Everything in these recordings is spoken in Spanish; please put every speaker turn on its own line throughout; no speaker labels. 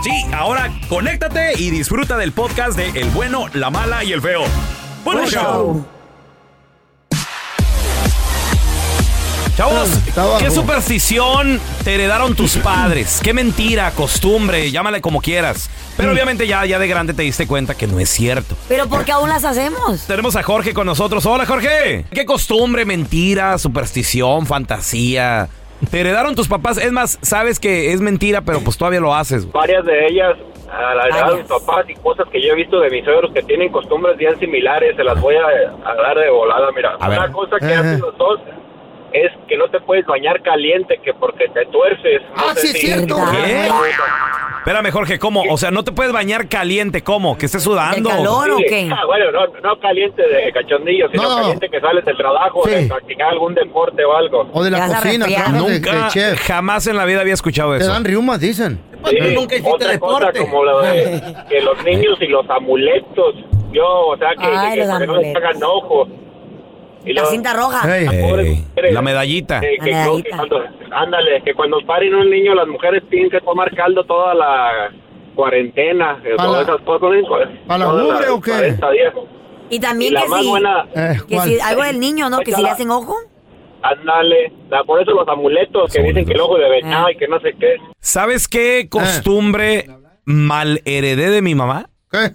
Sí, ahora conéctate y disfruta del podcast de El bueno, la mala y el feo. ¡Bueno show! Chavos,
Está abajo.
¿qué superstición te heredaron tus padres? ¿Qué mentira, costumbre? Llámale como quieras.
Mm.
Pero obviamente ya, ya de grande te diste cuenta que no es cierto.
Pero porque aún las hacemos.
Tenemos a Jorge con nosotros. Hola, Jorge. ¿Qué costumbre, mentira, superstición, fantasía? Te heredaron tus papás. Es más, sabes que es mentira, pero pues todavía lo haces. güey.
Varias de ellas, a la edad de mis papás y cosas que yo he visto de mis suegros que tienen costumbres bien similares, se las voy a, a dar de volada. Mira,
A
una
ver.
cosa que hacen los dos es que no te puedes bañar caliente, que porque te tuerces. No
Ah,
sé
sí, es
si-
cierto.
¿Qué? Espérame, Jorge, ¿cómo? O sea, no te puedes bañar caliente, ¿cómo? Que estés
¿De
sudando.
calor o
Sí,
qué?
ah, bueno, no, no caliente de cachondillo, sino
No.
caliente que sales del trabajo,
Sí.
de practicar algún deporte o algo.
O de
Te
la
vas a
cocina,
resfriar.
trabajas de, de
Nunca,
chef.
jamás en la vida había escuchado
Te
eso.
dan riumas, dicen.
Sí, otra cosa como lo de que los niños y los amuletos, yo, o sea, que,
Ay,
que-
los
que no les
amuletos.
hagan ojo. Y
La
los-
cinta roja.
Hey.
las pobres
Ey,
mujeres,
la medallita.
eh, que,
La
no- que
medallita.
cuando, ándale, que cuando paren un niño, las mujeres tienen que tomar caldo toda la cuarentena, eh,
¿Pa
todas
la-
esas cosas.
pa la
todas
lumbre
las
o qué?
40 días.
Y
Y
también
la
que
más
si,
buena,
Eh,
que
¿cuál?
si algo del niño, ¿no? Que si le hacen ojo.
ándale, la- por eso los amuletos, que
Los
dicen que el
amuletos.
ojo
Ah.
de venado y que no sé qué.
¿Sabes
Ah.
qué costumbre mal heredé de mi mamá?
¿Qué?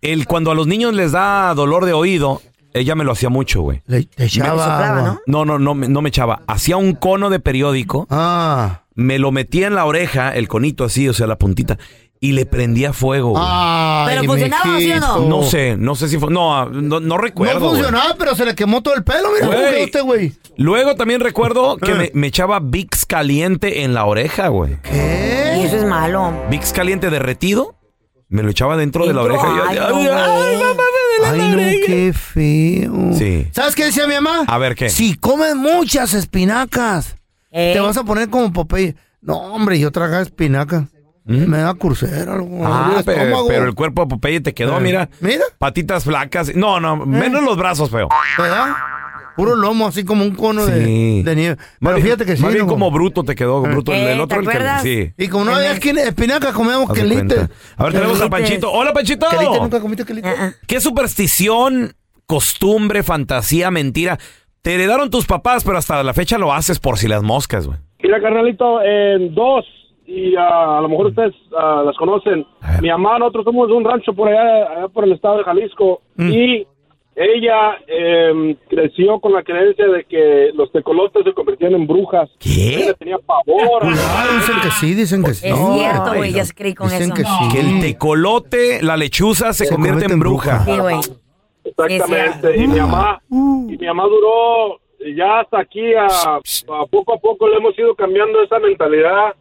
El cuando a los niños les da dolor de oído, ella me lo hacía mucho, güey.
Le, te echaba
soplaba,
agua.
No,
¿no?
no, no, me- no me echaba. Hacía un cono de periódico,
Ah.
me lo metía en la oreja, el conito así, o sea, la puntita, y le prendía fuego. güey.
Ay,
¿Pero funcionaba o sí o no?
mijito.
No sé, no sé si fue. No, ah, no, no recuerdo.
No
güey.
funcionaba, pero se le quemó todo el pelo, mira. ¿Cómo
Güey.
quedó este güey?
Luego también recuerdo que
Eh.
me, me echaba Vicks caliente en la oreja, güey. Eh.
Y eso es malo.
Vicks caliente derretido, me lo echaba dentro de la
Dentro,
oreja. y yo-
ay,
ay,
no,
ay,
güey.
mamá, me duele
Ay,
la
no,
oreja.
qué feo.
Sí.
¿Sabes qué decía mi mamá?
A ver, ¿qué?
Si comes muchas espinacas,
Eh,
te vas a poner como Popeye. No, hombre, yo tragaba espinacas. Me da cursera, algo.
¿Mm? Ah,
el
pe- pero,
estómago.
el cuerpo de Popeye te quedó,
Eh,
mira.
mira. Eh.
Patitas flacas. No, no, menos los brazos, feo.
¿Verdad? Puro lomo, así como un cono de-
Sí.
de, nieve.
Más
Pero
bien-
fíjate que sí.
Más bien
loco.
como bruto te quedó, bruto. El,
Eh,
el otro,
¿te
el que.
acuerdas?
Sí.
Y como no había esquina- espinacas, comíamos
haz de
quelite.
cuenta. A ver, tenemos a
Quelites. Ah,
Panchito. Hola, Panchito.
Quelite, nunca comiste quelite.
¿Qué superstición, costumbre, fantasía, mentira? Te heredaron tus papás, pero hasta la fecha lo haces por si las moscas, güey.
Mira, carnalito, en dos, y ah, a lo mejor ustedes ah, las conocen.
A ver.
Mi mamá, nosotros somos de un rancho por allá, allá por el estado de Jalisco,
Mm.
y ella em, creció con la creencia de que los tecolotes se convertían en brujas.
¿Qué?
Ella tenía pavor.
Ah, dicen que sí, dicen que sí.
es cierto, güey.
no.
Ya se creí con
Dicen
eso.
que sí.
Que el tecolote, la lechuza, se,
Se
convierte en bruja.
Sí, güey.
Exactamente. Y mi mamá,
Uh.
y mi mamá duró ya hasta aquí a, a poco a poco le hemos ido cambiando esa mentalidad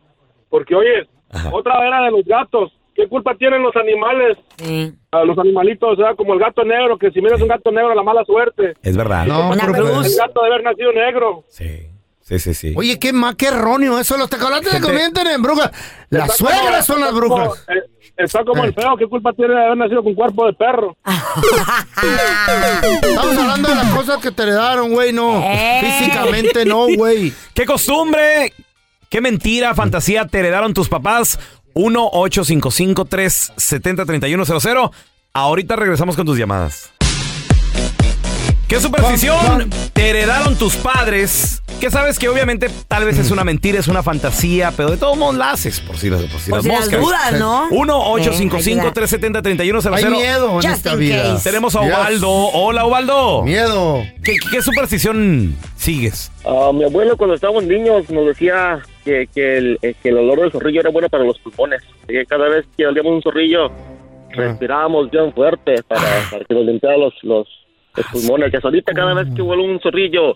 porque oye, otra era de los gatos. ¿Qué culpa tienen los animales?
Sí.
A los animalitos, o sea, como el gato negro, que si miras un gato negro, la mala suerte.
Es verdad.
No,
Una
pero pues,
cruz.
El gato de haber nacido negro.
Sí, sí, sí. sí.
Oye, qué más que erróneo eso. Los tecolotes se
Gente-
convierten en brujas. Las
Está como-
suegras son las
está como-
brujas.
eh, Está como
Eh.
el feo, ¿qué culpa tiene de haber nacido con cuerpo de perro?
Estamos hablando de las cosas que te heredaron, güey, no.
Eh.
Físicamente no, güey.
¿Qué costumbre? ¿Qué mentira, fantasía te heredaron tus papás? 1-855-370-3100. Ahorita regresamos con tus llamadas. ¿Qué superstición te heredaron tus padres, Que sabes que obviamente tal vez
Mm.
es una mentira, es una fantasía, pero de todos modos la haces por si las, por si
Por
las
si las
moscas.
dudas, ¿no? Eh, ayuda.
1-855-370-3100.
Hay miedo en
Just
esta
in
vida.
case.
Tenemos a
Yes.
Ubaldo. Hola, Ubaldo.
Miedo.
¿Qué, qué superstición sigues?
Ah, mi abuelo cuando estábamos niños nos decía que, que el, eh, que el olor del zorrillo era bueno para los pulmones. Y que cada vez que olíamos un zorrillo
Ah.
respirábamos bien fuerte para, para que nos limpiara los, los, los
Ah,
pulmones. Que ahorita cada vez
Mm.
que huele un zorrillo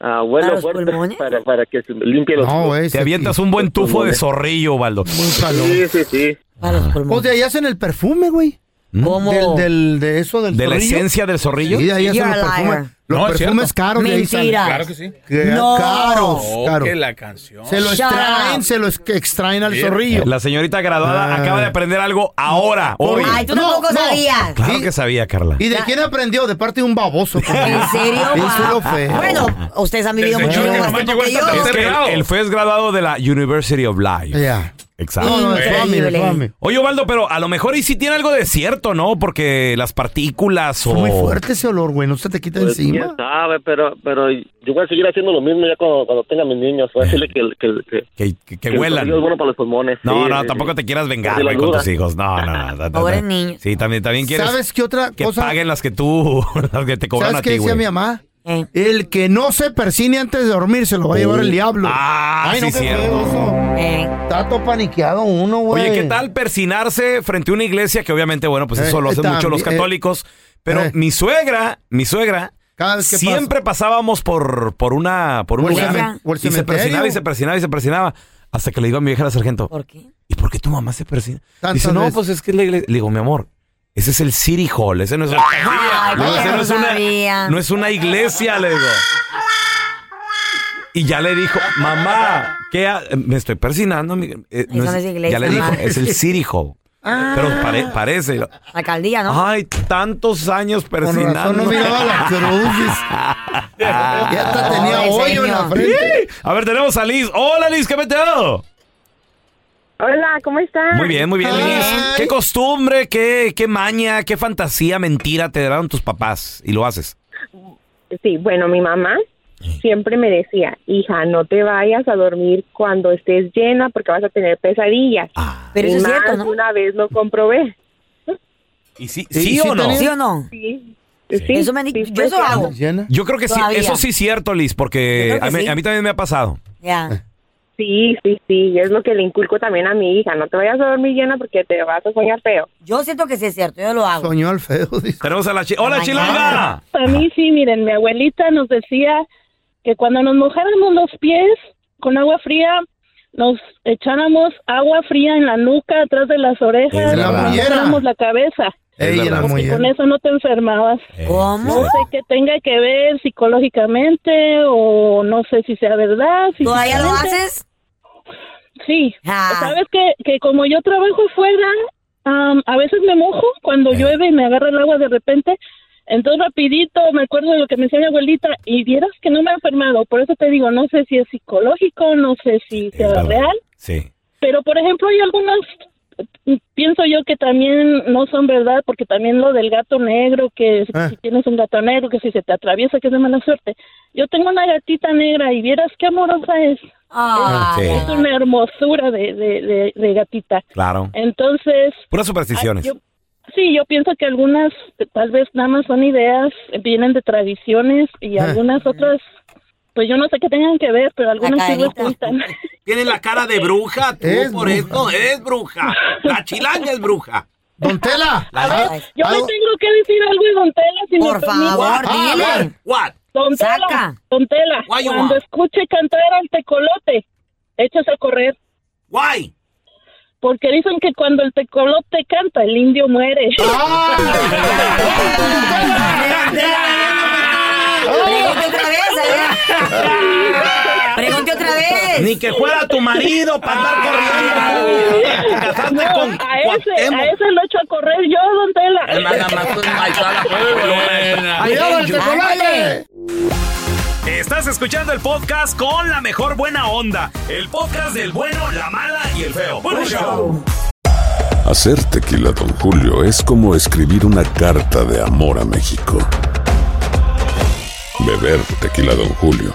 ah,
¿Para
huele
los
fuerte
pulmones?
para, para que se limpie los
No, güey.
Te avientas un buen tufo de zorrillo, Ubaldo.
Un salón.
Sí, sí, sí.
Para los
Pues de
pulmones.
ahí hacen el perfume, güey.
¿Cómo?
¿Mm? Del, del- de eso, del
¿De la
zorrillo.
esencia del zorrillo?
Sí, de ahí hacen
You're
los
a liar.
perfumes. Los
No, es
perfumes
cierto.
caros de ahí salen.
Mentira.
Claro que sí.
Que-
No.
Caros,
Oh,
caros.
que la canción.
Se lo
Shut
extraen,
up.
se lo ex- extraen al zorrillo.
La señorita graduada
Ah.
acaba de aprender algo ahora, hoy.
Ay, tú
No,
tampoco
no.
sabías.
Claro
y-
que sabía, Carla.
¿Y de quién aprendió? De parte de un baboso. como yo.
¿En serio?
Eso es lo feo.
Bueno, ustedes han vivido
El
mucho
señor que
más
nomás
tiempo
llegó
que yo.
hasta
Es que
Grado.
él, él fue desgraduado de la University of Life.
Ya.
Exacto.
No, no,
Increíble.
déjame, déjame.
Oye, Ovaldo, pero a lo mejor y sí tiene algo de cierto, ¿no? Porque las partículas o...
Está muy fuerte ese olor, güey. No se te quita
Pues,
encima.
quién sabe, pero, pero yo voy a seguir haciendo lo mismo ya cuando, cuando tenga mis niños. Voy a decirle que, que, que,
Que, que- que
que el
huelan.
zorrillo es bueno para los pulmones.
No,
Sí,
no,
eh,
sí,
tampoco
sí.
te quieras vengar
De la
güey, con
duda.
tus hijos. No, no, no.
Pobres
Pobre
niños.
Sí, también, también quieres
¿Sabes qué otra
que
cosa?
paguen las que tú, las que te cobran
¿Sabes
a
qué
ti,
decía
güey.
mi mamá?
Eh.
El que no se persine antes de dormir se lo va a llevar el diablo.
Ah, sí,
qué
cierto.
feo eso.
Eh,
Está todo paniqueado uno, güey.
Oye, ¿qué tal persinarse frente a una iglesia? Que obviamente, bueno, pues eso
Eh,
lo hacen
también,
mucho los
eh.
católicos. Pero
Eh.
mi suegra, mi suegra,
Cada vez que
siempre pasábamos por, por una, por un
Por el
lugar.
cemen- por el
y se
cementerio.
persinaba y se persinaba y se persinaba. Hasta que le digo a mi vieja la sargento,
¿Por qué?
¿y por qué tu mamá se persina?
Tantas
Dice, no,
veces.
pues es que es la iglesia. Le digo, mi amor, ese es el City Hall, ese no es...
Ay,
No,
¿por qué
ese no
no
es una,
sabía?
no es una iglesia, le digo. Y ya le dijo, mamá, ¿qué ha- me estoy persinando? mi- eh,
Eso no es
ya
iglesia,
le dijo,
mamá.
es el City Hall. Pero pare- parece. y lo-
Ah. La alcaldía, ¿no?
Ay, tantos años
Con razón
persinando.
no miraba las cruces. ya hasta tenía
Pobre
hoyo en la
señor.
frente.
a ver, tenemos a Liz. Hola, Liz, ¿qué metido?
Hola, ¿cómo estás?
Muy bien, muy bien,
Ay.
Liz. ¿Qué costumbre, qué, qué maña, qué fantasía, mentira te dieron tus papás y lo haces?
Sí, bueno, mi mamá siempre me decía, hija, no te vayas a dormir cuando estés llena porque vas a tener pesadillas.
Ah.
Pero
Y
eso es
más
cierto, ¿no?
una vez lo comprobé.
¿Y sí,
Sí,
sí,
sí
o no?
tenés-
¿Sí o no?
Sí.
Eso me han dicho- yo eso
sí. pues
hago.
Llena.
Yo creo que
Todavía.
sí, eso sí es cierto, Liz,
Yo
porque
creo que
a mí,
sí.
a mí también me ha pasado.
Ya.
Sí, sí, sí, y es lo que le inculco también a mi hija, no te vayas a dormir llena porque te vas a soñar feo.
Yo siento que sí es cierto, yo lo hago.
Soñó al feo, dice.
Tenemos a la chi- ¡Hola,
Mañana.
Chilanga!
A mí sí, miren, mi abuelita nos decía que cuando nos mojáramos los pies con agua fría, nos echáramos agua fría en la nuca, atrás de las orejas,
En la
y nos
mollera.
mojáramos la cabeza.
Es
Ella la
verdad.
Y con
mujer.
eso no te enfermabas.
Eh,
No
¿Cómo?
sé qué tenga que ver psicológicamente o no sé si sea verdad. si-
¿Todavía lo haces?
Sí.
Ah,
Sabes que, que como yo trabajo fuera, am, a veces me mojo cuando llueve y me agarra el agua de repente. Entonces rapidito me acuerdo de lo que me decía mi abuelita y vieras que no me ha enfermado. Por eso te digo, no sé si es psicológico, no sé si
Es
sea
verdad.
real.
Sí.
Pero por ejemplo hay algunas, eh, pienso yo que también no son verdad porque también lo del gato negro, que si-
Ah.
si tienes un gato negro, que si se te atraviesa, que es de mala suerte. Yo tengo una gatita negra y vieras qué amorosa es.
ay,
Sí.
Es una hermosura de, de, de, de gatita.
Claro.
Entonces,
Puras
ah,
supersticiones.
yo- sí, yo pienso que algunas eh, tal vez nada más son ideas, eh, vienen de tradiciones
Ah.
y algunas otras, pues yo no sé qué tengan que ver, pero algunas sí
cadenita.
resultan.
Tienes la cara de bruja, tú
Es por bruja. esto
eres bruja. La chilanga es bruja.
Don Tela. ah,
ay.
Yo le
algo-
tengo que decir algo a Don Tela, si me
Por
permite.
favor,
Ah, a ver.
dile.
What?
Don Tela,
saca.
Don Tela,
Why you
cuando
want?
escuche cantar al tecolote, échase a correr.
Why?
Porque dicen que cuando el tecolote canta, el indio muere.
Pregunte otra vez, ¿eh? Pregunte otra vez.
que fuera tu marido para andar corriendo. Casarte
a ese, a ese lo echo a correr yo, Don Tela.
¡Cuidado el
Ándale.
chocolate!
Estás escuchando el podcast con la mejor buena onda. El podcast del bueno, la mala y el feo. Bueno, show.
Hacer tequila, Don Julio, es como escribir una carta de amor a México. Beber tequila, Don Julio,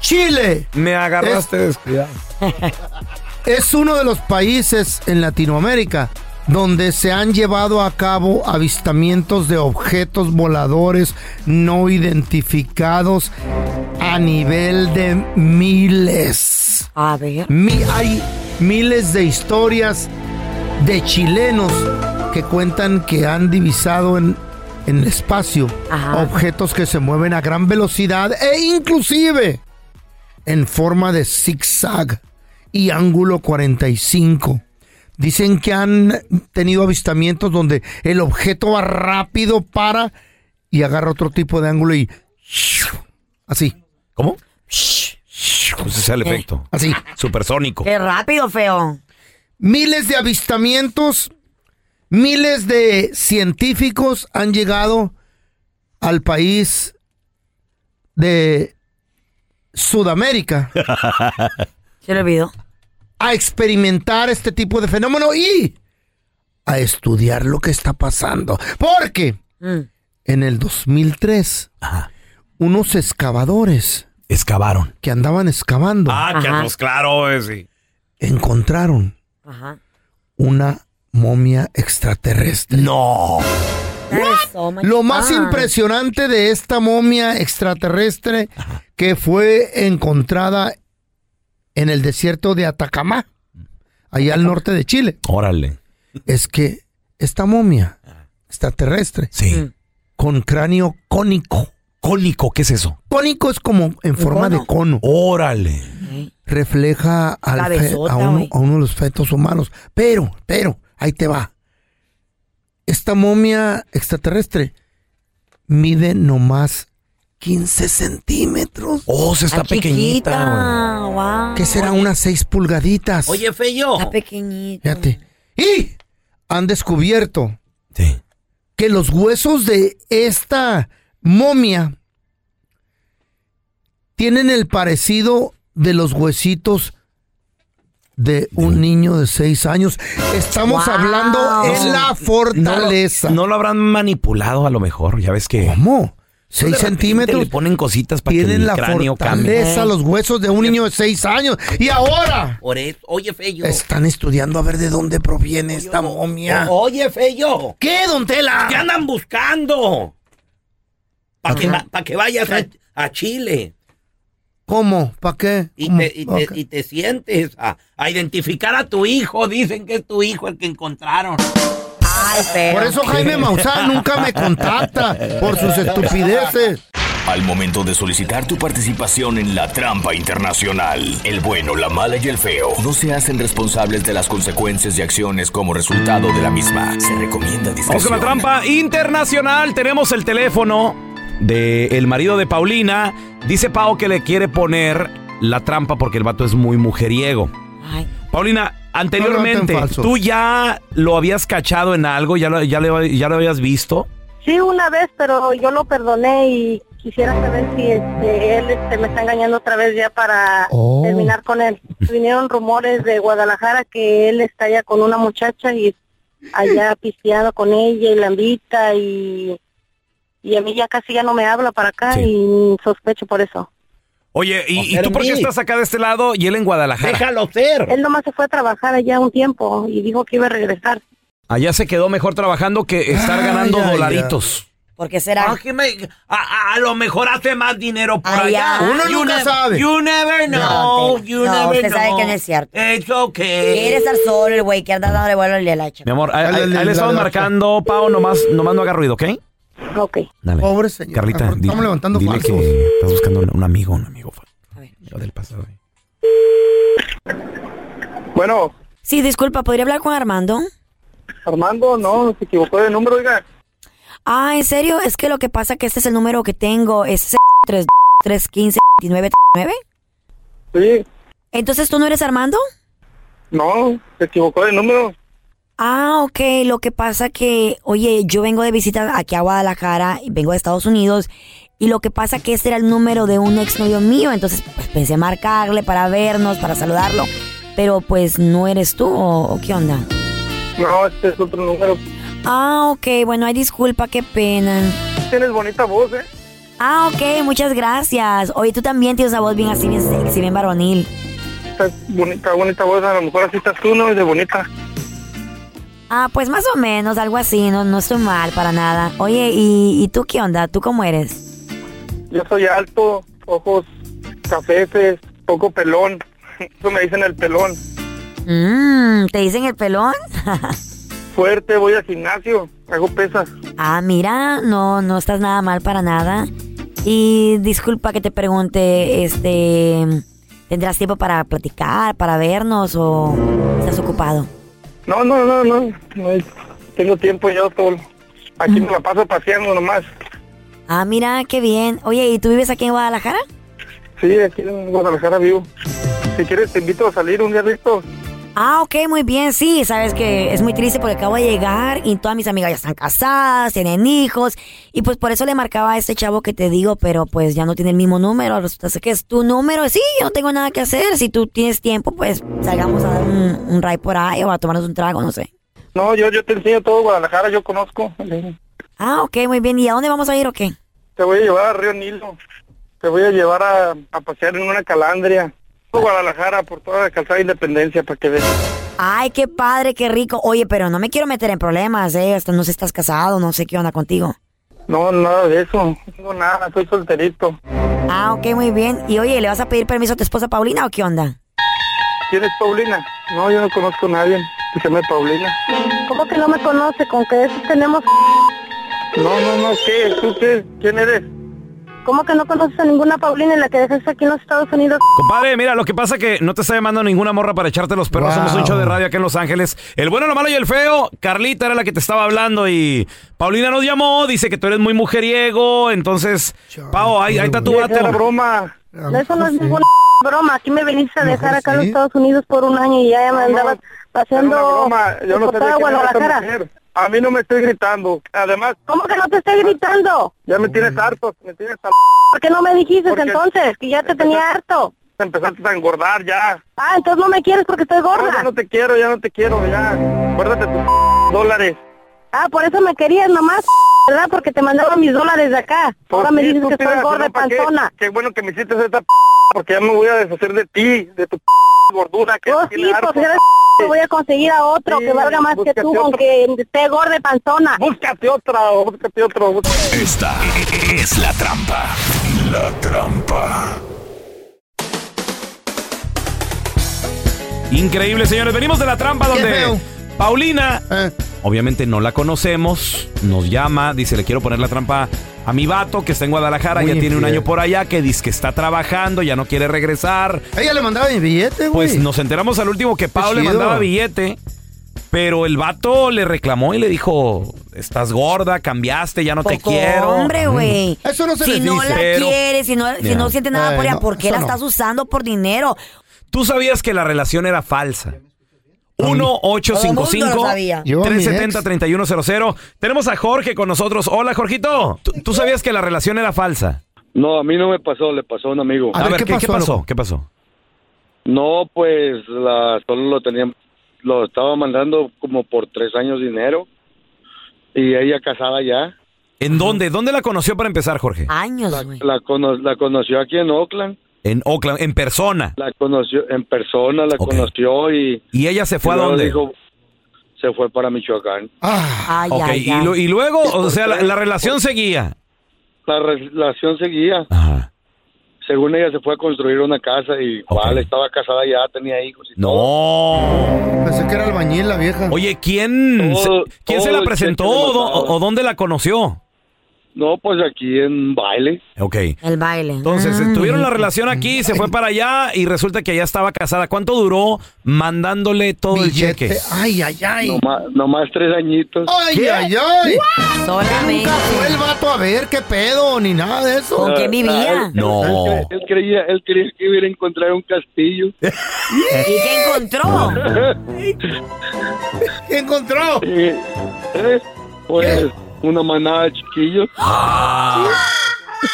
Chile
Me agarraste descuidado.
es uno de los países en Latinoamérica donde se han llevado a cabo avistamientos de objetos voladores no identificados a nivel de miles.
A ver.
Mi- hay miles de historias de chilenos que cuentan que han divisado en, en el espacio
Ajá.
objetos que se mueven a gran velocidad e inclusive en forma de zigzag y ángulo 45. Dicen que han tenido avistamientos donde el objeto va rápido, para y agarra otro tipo de ángulo y así,
¿Cómo? Pues ese es el efecto.
así.
Supersónico.
Qué rápido, feo.
miles de avistamientos, miles de científicos han llegado al país de Sudamérica
Se lo olvidó.
a experimentar este tipo de fenómeno y a estudiar lo que está pasando. Porque
Mm.
en el 2003,
Ajá.
unos excavadores
Excavaron.
que andaban excavando
Ah, que
Ajá.
pues claro, eh, sí.
encontraron
Ajá.
una momia extraterrestre.
No.
Oh
Lo más
Ah.
impresionante de esta momia extraterrestre que fue encontrada en el desierto de Atacama, allá al norte de Chile,
Órale.
es que esta momia extraterrestre
Sí.
Mm.
con cráneo cónico.
Cónico, ¿qué es eso?
Cónico es como en forma de cono.
Órale.
Refleja al fe-
Cabezota,
a, uno,
güey.
a uno de los fetos humanos. Pero, pero, ahí te va. Esta momia extraterrestre mide nomás 15 centímetros.
Oh, se está
Está
pequeñita,
pequeñita. Wow.
que será unas seis pulgaditas.
feyo.
Está pequeñita.
fíjate. Y han descubierto
Sí.
que los huesos de esta momia tienen el parecido de los huesitos de un niño de seis años. Estamos
Wow.
hablando en la
No lo,
fortaleza.
no lo habrán manipulado a lo mejor, ya ves que...
¿Cómo?
De
Seis
repente
centímetros.
Le ponen cositas para que
Tienen
el
la
cráneo cambie.
fortaleza, los huesos de un niño de seis años. Y ahora
Oye, feyo.
están estudiando a ver de dónde proviene esta momia.
Oye, feyo.
¿Qué, don Tela?
¿Qué andan buscando? Para que,
Ajá.
pa' que vayas a, a Chile
¿Cómo? ¿Para qué?
y
¿Cómo?
te, y te-
Ok.
y te sientes a, a identificar a tu hijo. Dicen que es tu hijo el que encontraron.
Ay, feo.
Por eso Jaime Maussan nunca me contacta por sus estupideces.
Al momento de solicitar tu participación en la trampa internacional, el bueno, la mala y el feo no se hacen responsables de las consecuencias y acciones como resultado de la misma. Se recomienda
Vamos con
discreción.
la trampa internacional. Tenemos el teléfono del el marido de Paulina. Dice Pau que le quiere poner la trampa porque el vato es muy mujeriego.
Ay.
Paulina, anteriormente,
No, no, tan
¿tú ya lo habías cachado en algo? ¿Ya lo, ya le- ya lo habías visto?
Sí, una vez, pero yo lo perdoné y quisiera saber si este, él este, me está engañando otra vez ya para
Oh.
terminar con él. Vinieron rumores de Guadalajara que él está allá con una muchacha y allá pisteado con ella y la invita y, y a mí ya casi ya no me habla para acá
Sí.
y sospecho por eso.
Oye, ¿y, y tú por qué estás acá de este lado y él en Guadalajara?
Él nomás se fue a trabajar allá un tiempo y dijo que iba a regresar.
Allá se quedó mejor trabajando que estar
Ay,
ganando
ay, ay.
dolaritos.
¿Por qué será?
Ah, a, lo mejor hace más dinero
por Allá. allá.
Uno nunca sabe.
You never
No, te- no, usted sabe que no es cierto.
It's okay.
Quiere estar solo el güey que anda dándole vuelo al hacha.
Mi amor, ahí,
Dale,
ahí-
dale,
ahí le estamos
dale,
marcando, Pau, nomás, nomás no haga ruido, ¿ok?
Ok.
Dale.
Pobre señor.
Carlita,
Estamos
dile-
levantando
dile
falsos.
que estás buscando un amigo, un amigo fa-
A ver.
del pasado.
Bueno,
Sí, disculpa, ¿podría hablar con Armando?
Armando, no, se equivocó de número, oiga.
Ah, ¿en serio? Es que lo que pasa es que este es el número que tengo. Es 3, 3, 15, 29, 39.
Sí,
Entonces, ¿tú no eres Armando?
No, se equivocó de número.
Ah, ok. Lo que pasa que, oye, yo vengo de visita aquí a Guadalajara, y vengo de Estados Unidos, y lo que pasa que este era el número de un exnovio mío, entonces pues, pensé marcarle para vernos, para saludarlo, pero pues no eres tú, ¿o, o qué onda?
No, este es otro número.
Ah, ok. Bueno, hay disculpa, qué pena.
Tienes bonita voz, ¿eh?
Ah, ok. Muchas gracias. Oye, tú también tienes una voz bien así, bien sexy, bien varonil.
Estás bonita, bonita voz. A lo mejor así estás tú, ¿no? Es de bonita.
Ah, pues más o menos, algo así, no, no estoy mal para nada. Oye, ¿y, y tú qué onda? ¿Tú cómo eres?
Yo soy alto, ojos cafeces, poco pelón. Eso me dicen el pelón.
Mmm, ¿te dicen el pelón?
Fuerte, voy al gimnasio, hago pesas.
ah, mira, no, no estás nada mal para nada. Y disculpa que te pregunte, este, ¿tendrás tiempo para platicar, para vernos o estás ocupado?
No, no, no, no. no hay- tengo tiempo yo solo. Aquí me la paso paseando nomás.
Ah, mira, qué bien. Oye, ¿y tú vives aquí en Guadalajara?
Sí, aquí en Guadalajara vivo. Si quieres te invito a salir un día rico.
Ah, ok, muy bien, sí, sabes que es muy triste porque acabo de llegar y todas mis amigas ya están casadas, tienen hijos, y pues por eso le marcaba a este chavo que te digo, pero pues ya no tiene el mismo número, resulta ser que es tu número, sí, yo no tengo nada que hacer, si tú tienes tiempo, pues salgamos a dar un, un ride por ahí o a tomarnos un trago, no sé.
No, yo, yo te enseño todo Guadalajara, yo conozco.
Ah, ok, muy bien, ¿y a dónde vamos a ir o qué?
Te voy a llevar a Río Nilo. Te voy a llevar a, a pasear en una calandria. Por Guadalajara, por toda la calzada de Independencia, para que veas.
Ay, qué padre, qué rico, oye, pero no me quiero meter en problemas, eh, hasta no sé, estás casado, no sé qué onda contigo.
No, nada de eso. No tengo nada, soy solterito.
Ah, ok, muy bien, y oye, ¿le vas a pedir permiso a tu esposa Paulina o qué onda?
¿Quién es Paulina? No, yo no conozco a nadie que se llame Paulina.
¿Cómo que no me conoce? ¿Con que eso tenemos?
No, no, no, ¿qué? ¿Tú qué? ¿Quién eres?
¿Cómo que no conoces a ninguna Paulina en la que dejes aquí en los Estados Unidos?
Compadre, mira, lo que pasa que no te está llamando ninguna morra para echarte los perros. Somos un show de radio acá en Los Ángeles. El bueno, lo malo y el feo. Carlita era la que te estaba hablando y Paulina nos llamó. Dice que tú eres muy mujeriego. Entonces, Pau, ahí, ahí está tu vato.
Era broma.
Eso no es ninguna broma. Aquí me viniste a dejar acá en los Estados Unidos por un año y ya me andabas paseando
Era una broma. Yo no
por
sé de
toda
quién era esta
Guadalajara.
mujer. A mí no me estoy gritando. Además...
¿Cómo que no te estoy gritando?
Ya me tienes harto, me tienes harto.
¿Por qué no me dijiste
Porque
entonces? Que ya te tenía harto.
Te empezaste a engordar ya.
Ah, entonces no me quieres porque estoy
No,
gorda.
ya no te quiero, ya no te quiero, ya. Guárdate tus dólares.
Ah, por eso me querías nomás, ¿verdad? Porque te mandaba mis dólares de acá. Ahora
Pues
me
sí,
dices
tú
que
tienes
estoy
razón,
gorda y
¿para qué?
panzona.
Qué bueno que me hiciste esta p... porque ya me voy a deshacer de ti, de tu p... gordura que
Pues
tiene
sí,
harto.
pues gracias, voy a conseguir a otro
Sí,
que valga más que
búscate
tú,
otro.
aunque esté gorda y panzona.
Búscate otra, búscate otro. búscate-
Esta es la trampa. La trampa.
Increíble, señores. Venimos de la trampa
Qué
donde
feo.
Paulina,
Eh.
obviamente no la conocemos, nos llama, dice, le quiero poner la trampa a mi vato que está en Guadalajara,
Muy
ya tiene un
infiel.
año por allá, que dice que está trabajando, ya no quiere regresar.
Ella le mandaba mi billete, güey.
Pues nos enteramos al último que Pau le
chido.
mandaba billete, pero el vato le reclamó y le dijo, estás gorda, cambiaste, ya no te
Poco
quiero.
Hombre, güey.
Mm.
si no la
Pero-
quieres, si no, si
Ya.
no siente nada
Ay,
por ella,
no,
¿por qué
eso
la
no.
estás usando por dinero?
Tú sabías que la relación era falsa.
Todo el mundo lo sabía. Yo a mi
1-855-370-3100. Tenemos a Jorge con nosotros. Hola, Jorgito. ¿Tú, tú sabías que la relación era falsa?
No, a mí no me pasó, le pasó a un amigo.
A, ver, ¿qué, qué pasó? ¿Qué pasó?
No, pues la, solo lo tenía, lo estaba mandando como por tres años dinero y ella casada ya.
¿En dónde? ¿Dónde la conoció para empezar, Jorge?
Años,
güey. La, cono- la conoció aquí en Oakland,
En Oakland, en persona.
la conoció en persona, la conoció y...
¿Y ella se fue
y
a
luego
dónde?
dijo- se fue para Michoacán.
Ay,
Ok,
ay,
y,
ay.
lu- y luego, o sea, la, la relación seguía.
La re- relación seguía. Según ella se fue a construir una casa y igual estaba casada ya, tenía hijos. y-
No.
Pensé que era albañil la vieja.
Oye, ¿quién, se,
Todo-
¿quién se
todo
la
el
presentó
cheque le
o, do-
mandaba.
o dónde la conoció?
No, pues aquí en baile.
Ok.
El baile.
Entonces,
Ah.
tuvieron la relación aquí, se fue para allá y resulta que allá estaba casada. ¿Cuánto duró mandándole todo el cheque?
Ay, ay, ay.
Nomás, nomás tres añitos.
Ay,
¿Qué?
ay, ay.
Solamente.
Nunca fue el vato a ver qué pedo, ni nada de eso.
Ah, ah, él- Él, cre- él creía, él creía que iba a encontrar un castillo. ¿Y
qué encontró?
¿Qué encontró?
pues una manada de chiquillos.
Ah.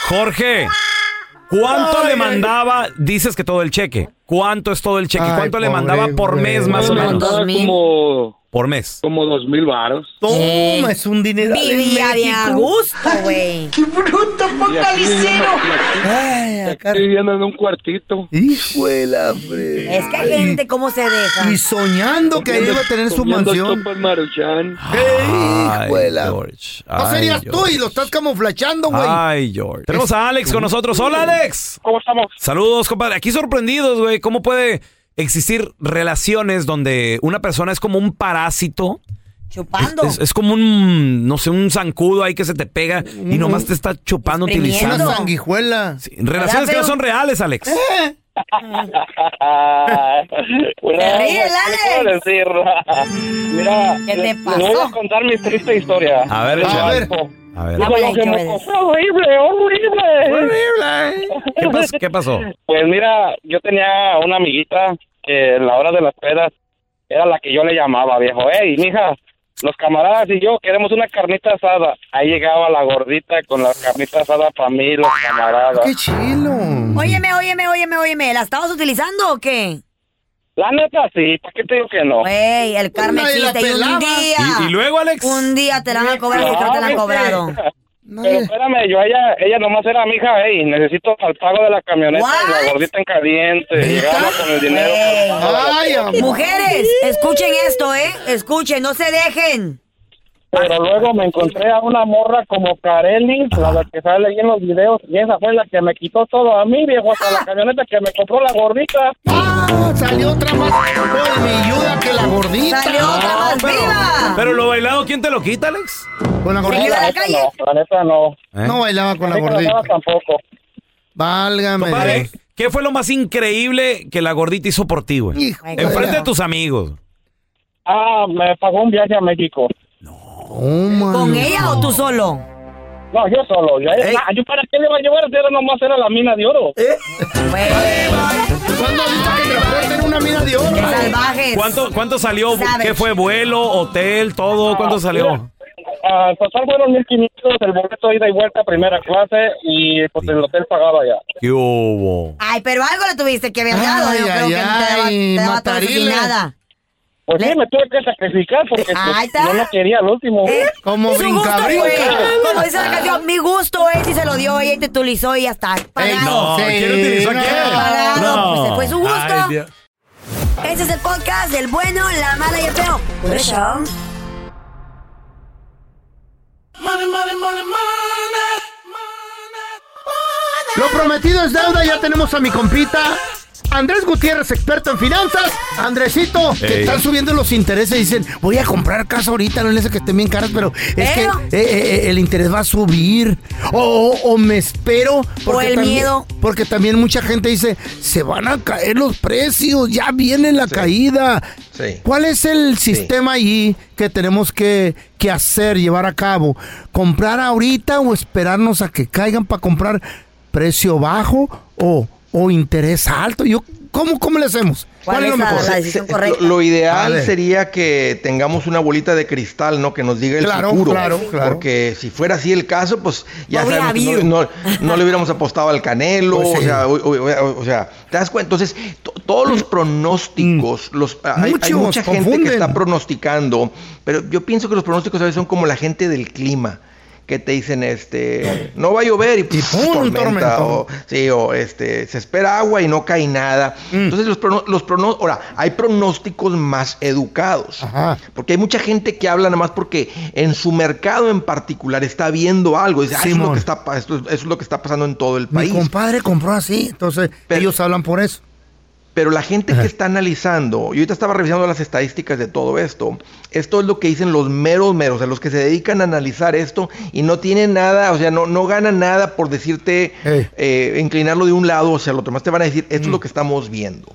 Jorge, ¿cuánto
Ay,
le
ay.
mandaba? Dices que todo el cheque. ¿Cuánto es todo el cheque? ¿Cuánto le mandaba por mes más o
Le
menos?
mandaba Como,
por mes.
Como dos mil varos.
Toma, este es un dinero.
Vivía de a gusto, güey. ¡Qué bruto, focalicero!
Estoy viviendo en un cuartito.
Hijo de la fre-
Es que hay gente cómo se deja.
Y soñando que iba a tener su
Comiendo
mansión.
sopa en Maruchan.
Ay,
Hijuela.
George.
No
Ay,
serías tú
George.
y lo estás camuflachando, güey. Este,
Ay, George. Tenemos a Alex con nosotros. Hola, Alex.
¿Cómo estamos?
Saludos, compadre. Aquí sorprendidos, güey. ¿Cómo puede existir relaciones donde una persona es como un parásito?
Chupando.
Es, es como un, no sé, un zancudo ahí que se te pega y nomás te está chupando,
Una
utilizando.
sanguijuela.
Relaciones que no son reales, Alex.
Mira,
ríes,
¿qué
Alex?
puedo decir? Mira,
¿Qué te
les- les
pasó?
voy a contar mi triste historia.
A ver,
Yo
échale.
conozco-
A ver.
yo conozco
¿Qué
una cosa horrible, horrible.
pasó? ¿Qué pasó?
Pues mira, yo tenía una amiguita que en la hora de las pedas era la que yo le llamaba, viejo. Ey, mija, los camaradas y yo queremos una carnita asada. Ahí llegaba la gordita con la carnita asada para mí, los camaradas.
¡Qué chilo!
Óyeme, óyeme, óyeme, óyeme. ¿La estabas utilizando o qué?
La neta sí, ¿para qué te digo que no?
Güey, el karma
Pues Nadie la
existe y un
pelaba.
día.
¿Y- y luego, Alex?
Un día te la van a cobrar si creo que te la han cobrado.
Pero espérame, yo a ella, ella nomás era mi hija, ey, necesito para el pago de la camioneta y
What?
la gordita en caliente. Llegamos con el dinero.
Güey.
para el pago.
Mujeres, escuchen esto, ¿eh? Escuchen, no se dejen.
Pero luego me encontré a una morra como Kareli, la que sale ahí en los videos, y esa fue la que me quitó todo a mí, viejo, hasta la camioneta que me compró la gordita.
Ah, Salió otra más con mi ayuda que la gordita. Ah,
Salió otra más viva.
Pero lo bailado, ¿quién te lo quita, Alex?
Con la
No,
gordita.
la neta no, la neta no.
No bailaba
¿Eh?
con la
neta no
gordita.
tampoco.
Válgame.
Compadre, ¿qué fue lo más increíble que la gordita hizo por ti, güey?
Hijo de
Enfrente
la-
de tus amigos.
Ah, me pagó un viaje a México.
¿Con ella o tú solo?
No, yo solo. Yo, ah, ¿yo ¿Para qué le va a llevar? Era nomás era la mina de oro.
¿Eh? ¿Cuándo viste que transporten una mina de oro?
Qué salvajes.
¿Cuánto, cuánto salió?
Savage.
¿Qué fue? ¿Vuelo, hotel, todo? ¿Cuánto salió?
Ah, en total fueron 1500 el boleto ida y vuelta primera clase y pues el hotel pagaba ya.
¿Qué hubo?
Ay, pero algo le tuviste que haber dado.
Ay,
Yo creo
ay,
que no te daba,
ay,
te daba todo eso sin
matarile.
nada.
Pues sí, me tuve que sacrificar porque
Ahí
pues,
está.
yo no quería el último.
Como
Su gusto
brinca,
fue.
brinca.
Como
Ah.
dice la canción, mi gusto es y se lo dio ella y te tulizó y ya está.
No,
Pagado.
¿quién utilizó a quién?
Pagado, pues se fue su gusto.
Ay, Dios.
Ese es el podcast del bueno, la mala y el feo. Por eso.
Lo prometido es deuda, ya tenemos a mi compita. Andrés Gutiérrez, experto en finanzas. Andresito, que
Ey.
están subiendo los intereses. Dicen, voy a comprar casa ahorita, no les que estén bien caras, pero es que
Pero-
eh, eh, el interés va a subir. O, o- o me espero. porque
el
también-
miedo.
Porque también mucha gente dice, se van a caer los precios, ya viene la caída. ¿Cuál es el sistema allí que tenemos que, que hacer, llevar a cabo? ¿Comprar ahorita o esperarnos a que caigan para comprar precio bajo o, o interés alto? Yo, ¿cómo, ¿Cómo le hacemos? ¿Cuál, es lo mejor?
decisión
Se-
correcta.
Eh, Lo, lo
A
ideal
ver.
sería que tengamos una bolita de cristal, ¿no? Que nos diga el
Claro,
futuro.
claro, claro.
Porque si fuera así el caso, pues ya
No hubiera
sabemos que no- no,
habido.
no le hubiéramos apostado al Canelo.
Pues
o,
sí.
sea, o, o- o- o sea, ¿te das cuenta? Entonces, to- todos los pronósticos, los, ah, hay, hay
Mm. Muchos,
mucha gente
confunden.
que está pronosticando, pero yo pienso que los pronósticos a veces son como la gente del clima que te dicen este no va a llover y, pff, tormenta,
tormentón.
o- Sí, o este, se espera agua y no cae nada.
Mm.
Entonces, los, prono- los prono- ahora, hay pronósticos más educados. Porque hay mucha gente que habla nada más porque en su mercado en particular está viendo algo. Dice, "Ah, eso, es lo
Simón.
que está, pa- esto es- eso es lo que está pasando en todo el
Mi
país.
compadre compró así, entonces ellos hablan por eso.
Pero la gente que está analizando, yo ahorita estaba revisando las estadísticas de todo esto, esto es lo que dicen los meros meros, o sea, los que se dedican a analizar esto y no tienen nada, o sea, no, no ganan nada por decirte, eh, inclinarlo de un lado o sea, el otro, más te van a decir, esto es
Mm.
lo que estamos viendo.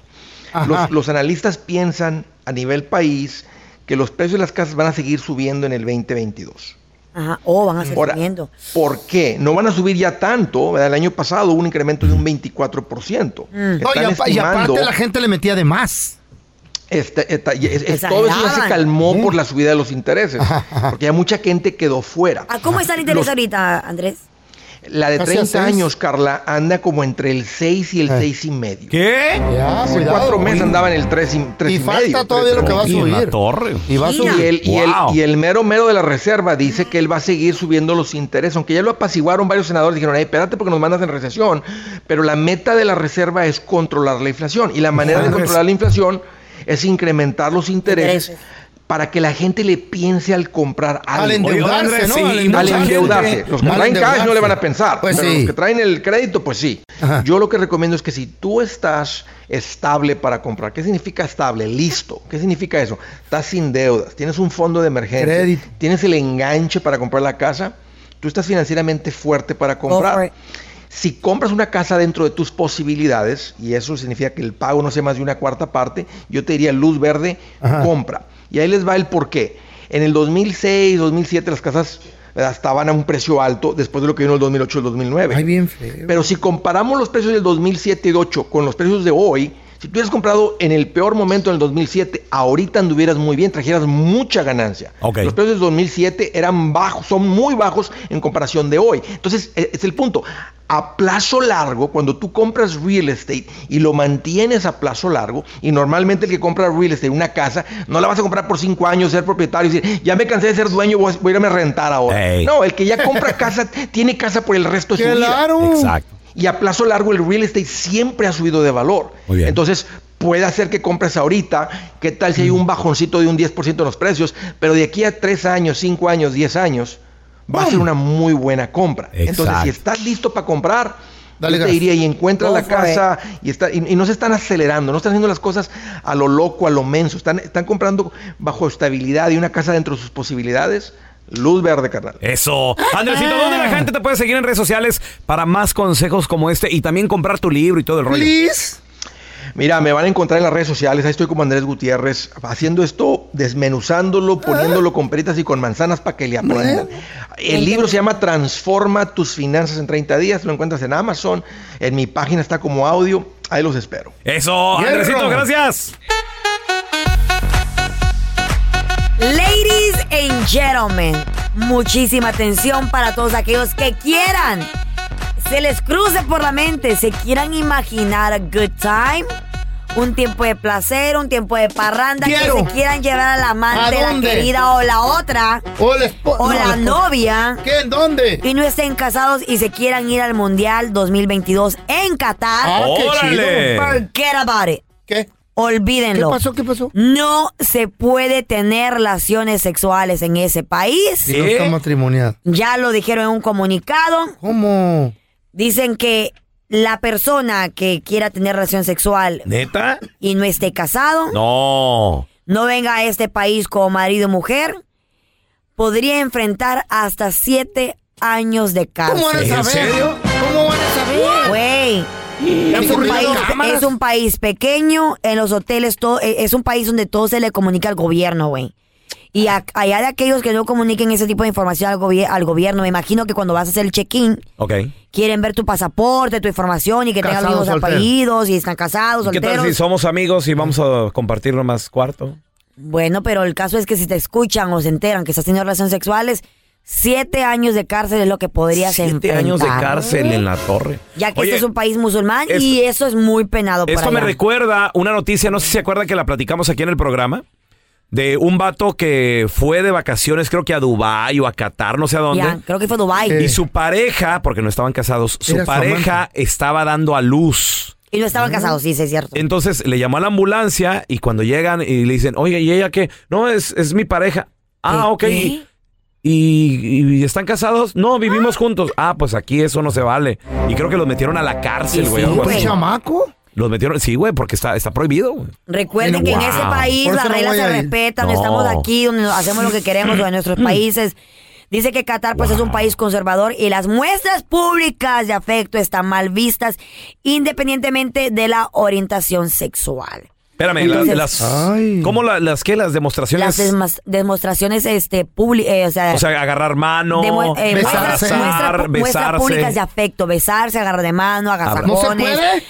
Los, los analistas piensan a nivel país que los precios de las casas van a seguir subiendo en el 2022.
Ajá, oh, van a seguir
Ahora,
subiendo.
¿Por qué? No van a subir ya tanto. ¿verdad? El año pasado hubo un incremento de un 24%.
Mm.
No, y, apa- y aparte la gente le metía de más.
Este, todo eso ya se
Exageraban.
calmó por la subida de los intereses. Porque ya mucha gente quedó fuera.
¿A Ah, cómo está el interés
Los-
ahorita, Andrés?
La de
Casi a
30
seis.
años, Carla, anda como entre el 6 y el 6 y medio.
¿Qué?
Hace
Ah. cuidado.
cuatro meses andaba en el 3 y, tres
Y
y
falta
medio,
todavía
tres-
lo que va a
y en la
subir.
torre.
Y va a subir.
Y el, y el-
Wow.
y el mero mero de la reserva dice que él va a seguir subiendo los intereses, aunque ya lo apaciguaron varios senadores, dijeron, "Ey, espérate porque nos mandas en recesión, pero la meta de la reserva es controlar la inflación y la manera de
Madres.
controlar la inflación es incrementar los intereses. Para que la gente le piense al comprar algo.
Al endeudarse, Oye, Andrés, ¿no? sí,
Al
y mucha
endeudarse.
gente-
Los que
al
traen cash no
endeudarse.
le van a pensar.
Pues
pero
sí.
los que traen el crédito, pues sí. Yo lo que recomiendo es que si tú estás estable para comprar, ¿qué significa estable? Listo. ¿Qué significa eso? Estás sin deudas, tienes un fondo de emergencia,
Crédito.
tienes el enganche para comprar la casa, tú estás financieramente fuerte para
for
comprar.
it.
Si compras una casa dentro de tus posibilidades, y eso significa que el pago no sea más de una cuarta parte, yo te diría luz verde, compra. Y ahí les va el porqué. En el 2006, 2007 las casas ¿verdad? estaban a un precio alto después de lo que vino el 2008 el 2009. Pero si comparamos los precios del 2007 y 2008 con los precios de hoy, si tú hubieras comprado en el peor momento en el 2007, ahorita anduvieras muy bien, trajeras mucha ganancia.
Ok.
Los precios del 2007 eran bajos, son muy bajos en comparación de hoy. Entonces, e- es el punto. A plazo largo, cuando tú compras real estate y lo mantienes a plazo largo, y normalmente el que compra real estate, una casa, no la vas a comprar por cinco años, ser propietario, y decir, ya me cansé de ser dueño, voy a voy a irme a rentar ahora.
Ey.
No, el que ya compra casa, tiene casa por el resto de su vida.
Claro.
Exacto.
Y a plazo largo el real estate siempre ha subido de valor.
bien.
Entonces puede hacer que compres ahorita, qué tal si hay un bajoncito de un 10% en los precios, pero de aquí a 3 años, 5 años, 10 años, va a ser una muy buena compra. Entonces
Exacto.
si estás listo para comprar,
Dale eh.
yo te
gas.
diría y encuentra
Go
la
for
casa y, está, y, y no se están acelerando, no están haciendo las cosas a lo loco, a lo menso, están, están comprando bajo estabilidad y una casa dentro de sus posibilidades, luz verde, carnal.
Eso. Andresito, ¿dónde la gente te puede seguir en redes sociales para más consejos como este y también comprar tu libro y todo el rollo?
Mira, me van a encontrar en las redes sociales. Ahí estoy como Andrés Gutiérrez, haciendo esto, desmenuzándolo, poniéndolo con peritas y con manzanas para que le aprendan. El libro se llama Transforma tus finanzas en 30 días. Lo encuentras en Amazon. En mi página está como audio. Ahí los espero.
Eso,
Hierro.
Andresito, gracias.
Ladies and gentlemen, muchísima atención para todos aquellos que quieran. Se les cruce por la mente, se quieran imaginar a good time, un tiempo de placer, un tiempo de parranda,
Quiero.
que se quieran llevar a la amante,
¿A
la
dónde?
querida o la otra,
O la, espo-
o
no,
la
la esposa.
novia.
¿Qué? ¿Dónde?
Y no estén casados y se quieran ir al Mundial 2022 en Qatar.
Ah, qué ¡Órale! chido.
Forget about it.
¿Qué?
Olvídenlo.
¿Qué pasó? ¿Qué pasó?
No se puede tener relaciones sexuales en ese país.
Si no está matrimonial.
Ya lo dijeron en un comunicado.
¿Cómo?
Dicen que la persona que quiera tener relación sexual
¿Neta?
y no esté casado,
No.
no venga a este país como marido o mujer, podría enfrentar hasta siete años de cárcel.
¿Cómo van a
¿En
saber?
serio?
¿Cómo van a saber?
Güey. Es un,
Aburrido.
país,
Cámaras.
es un país pequeño, en los hoteles todo, e- es un país donde todo se le comunica al gobierno, güey. Y a- allá de aquellos que no comuniquen ese tipo de información al, gobier- al gobierno, me imagino que cuando vas a hacer el check-in,
Ok.
quieren ver tu pasaporte, tu información y que tengan los
Casados,
mismos
solteros.
apellidos y están casados,
¿Qué tal
solteros.
si somos amigos y vamos a compartir más cuarto?
Bueno, pero el caso es que si te escuchan o se enteran que estás teniendo relaciones sexuales, siete años de cárcel es lo que podrías
Siete
enfrentar.
años de cárcel en la torre.
Ya que
Oye,
este es un país musulmán
esto-
y eso es muy penado para
Esto me
allá.
recuerda una noticia, no sé si se acuerdan que la platicamos aquí en el programa, de un vato que fue de vacaciones, creo que a Dubái o a Qatar, no sé a dónde.
Ya, creo que fue Dubái.
Y su pareja, porque no estaban casados, su
Era su
pareja estaba dando a luz.
Y no estaban casados, sí, sí, es cierto.
Entonces le llamó a la ambulancia y cuando llegan y le dicen, oye, ¿y ella qué? No, es, es mi pareja. Ah, ok. ¿Y, y- y están casados? No, "Ah, vivimos juntos. Ah, pues aquí eso no se vale. Y creo que los metieron a la cárcel, güey. algo así.
¿Un chamaco?
Los metieron, sí, güey, porque está, está prohibido. güey.
Recuerden que en ese
Wow.
país
Por
las
eso no
reglas
voy
se
a ir.
respetan,
No.
estamos aquí donde hacemos lo que queremos en nuestros países. Dice que Qatar pues es un país conservador y las muestras públicas de afecto están mal vistas independientemente de la orientación sexual.
Espérame, la-
Entonces-
las. ¿Cómo la- las qué? Las
Las
demostraciones.
desmas- demostraciones este públi- eh, o sea,
o sea, agarrar mano,
Demu- eh, muestras-
abrazar,
muestras- muestras
besarse.
públicas de afecto, besarse, agarrar de mano, agasajones,
¿No se puede?
eh,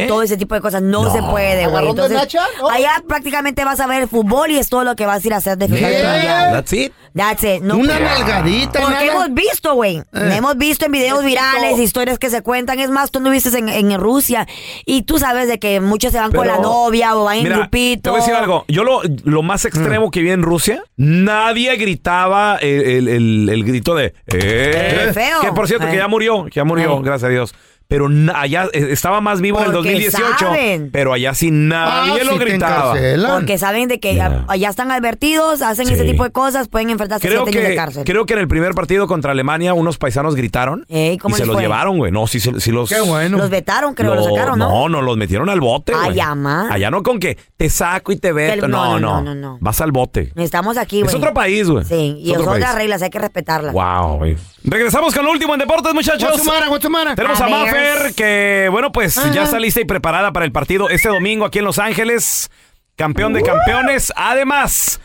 ¿Qué?
todo ese tipo de cosas no,
No.
se puede, güey.
¿Agarrón de Oh.
Entonces, allá prácticamente vas a ver el fútbol y es todo lo que vas a ir a hacer de fútbol.
That's it.
That's it. No,
Una
pero-
nalgadita,
Porque
nada.
hemos visto, güey.
Eh.
Hemos visto en videos virales, historias que se cuentan. Es más, tú anduviste en, en Rusia y tú sabes de que muchos se van con
Pero-
la novia o van en
Mira, Te
grupito. Mm.
voy a decir algo. Yo lo, lo más extremo que vi en Rusia, nadie gritaba el, el- el- el grito de. "Eh".
Qué feo.
Que por cierto,
Eh.
que ya murió, que ya murió, gracias a Dios. Pero na- allá eh, estaba más vivo en el
Porque
2018.
saben.
Pero allá sí
Ah,
Ah,
nadie Ah, lo gritaba.
Porque saben de que ya- allá están advertidos, hacen ese tipo de cosas, pueden enfrentarse a
Creo
siete años de
que,
cárcel.
creo que en el primer partido contra Alemania unos paisanos gritaron
Ey, ¿cómo
y se
les
los
fue?
llevaron, güey. No, sí, se- sí los...
Los vetaron, creo,
Lo-
los sacaron, ¿no?
No, los metieron al bote, güey.
Ay, ama.
Allá no con que te saco y te veto.
El-
no, no, no,
no, no.
Vas al bote.
Estamos aquí,
Es
güey.
otro país, güey.
Sí, y
Es
es
otro
otras
país.
reglas, hay que respetarlas.
Wow, güey. Regresamos con lo último en deportes, muchachos.
Guatemala, Guatemala.
Tenemos
A
a,
ver.
Maffer, que, bueno, pues ya está lista y preparada para el partido este domingo aquí en Los Ángeles. Campeón de campeones. Además,